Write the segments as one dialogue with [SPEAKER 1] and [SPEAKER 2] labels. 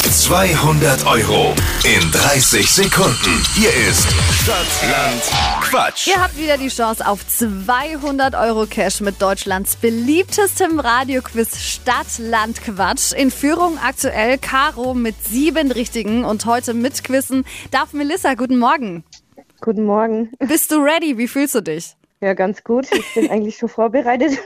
[SPEAKER 1] 200 Euro in 30 Sekunden. Hier ist Stadtland Quatsch.
[SPEAKER 2] Ihr habt wieder die Chance auf 200 Euro Cash mit Deutschlands beliebtestem Radioquiz Stadt, Land, Quatsch. In Führung aktuell Caro mit sieben Richtigen und heute mitquissen darf Melissa. Guten Morgen.
[SPEAKER 3] Guten Morgen.
[SPEAKER 2] Bist du ready? Wie fühlst du dich?
[SPEAKER 3] Ja, ganz gut. Ich bin eigentlich schon vorbereitet.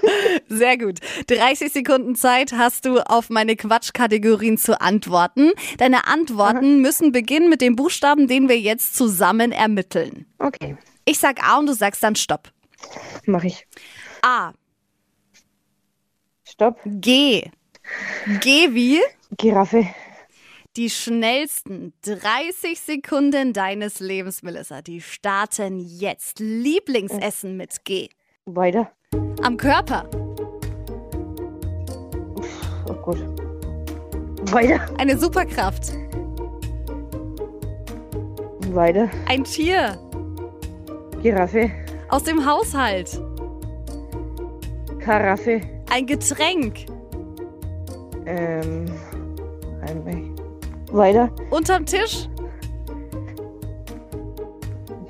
[SPEAKER 2] Sehr gut. 30 Sekunden Zeit hast du auf meine Quatschkategorien zu antworten. Deine Antworten müssen beginnen mit dem Buchstaben, den wir jetzt zusammen ermitteln.
[SPEAKER 3] Okay,
[SPEAKER 2] Ich sag A und du sagst dann Stopp.
[SPEAKER 3] mache ich.
[SPEAKER 2] A,
[SPEAKER 3] Stopp.
[SPEAKER 2] G. G wie
[SPEAKER 3] Giraffe.
[SPEAKER 2] die schnellsten 30 Sekunden deines Lebens, Melissa. Die starten jetzt. Lieblingsessen mit G.
[SPEAKER 3] Weiter.
[SPEAKER 2] Am Körper.
[SPEAKER 3] Oh Gott. Weiter.
[SPEAKER 2] Eine Superkraft.
[SPEAKER 3] Weiter.
[SPEAKER 2] Ein Tier.
[SPEAKER 3] Giraffe.
[SPEAKER 2] Aus dem Haushalt.
[SPEAKER 3] Karaffe.
[SPEAKER 2] Ein Getränk.
[SPEAKER 3] Ähm. einmal. Weiter.
[SPEAKER 2] Unterm Tisch.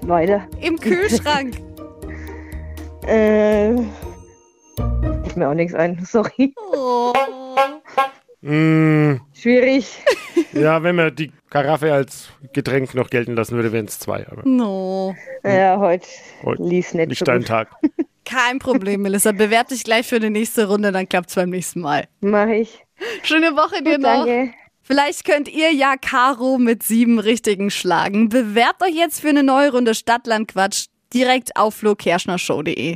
[SPEAKER 3] Weiter.
[SPEAKER 2] Im Kühlschrank.
[SPEAKER 3] Ähm. Fällt mir auch nichts ein. Sorry.
[SPEAKER 2] Oh.
[SPEAKER 4] Mm,
[SPEAKER 3] Schwierig.
[SPEAKER 4] ja, wenn man die Karaffe als Getränk noch gelten lassen würde, wären es zwei. Aber
[SPEAKER 2] No.
[SPEAKER 3] Ja, heute
[SPEAKER 4] Heute
[SPEAKER 3] lief nicht,
[SPEAKER 4] nicht
[SPEAKER 3] so
[SPEAKER 4] dein
[SPEAKER 3] gut.
[SPEAKER 4] Tag.
[SPEAKER 2] Kein Problem, Melissa. Bewerb dich gleich für die nächste Runde, dann klappt's beim nächsten Mal.
[SPEAKER 3] Mache ich.
[SPEAKER 2] Schöne Woche dir
[SPEAKER 3] Gut,
[SPEAKER 2] noch.
[SPEAKER 3] danke.
[SPEAKER 2] Vielleicht könnt ihr ja Caro mit sieben Richtigen schlagen. Bewerbt euch jetzt für eine neue Runde Stadtlandquatsch direkt auf flokerschnershow.de.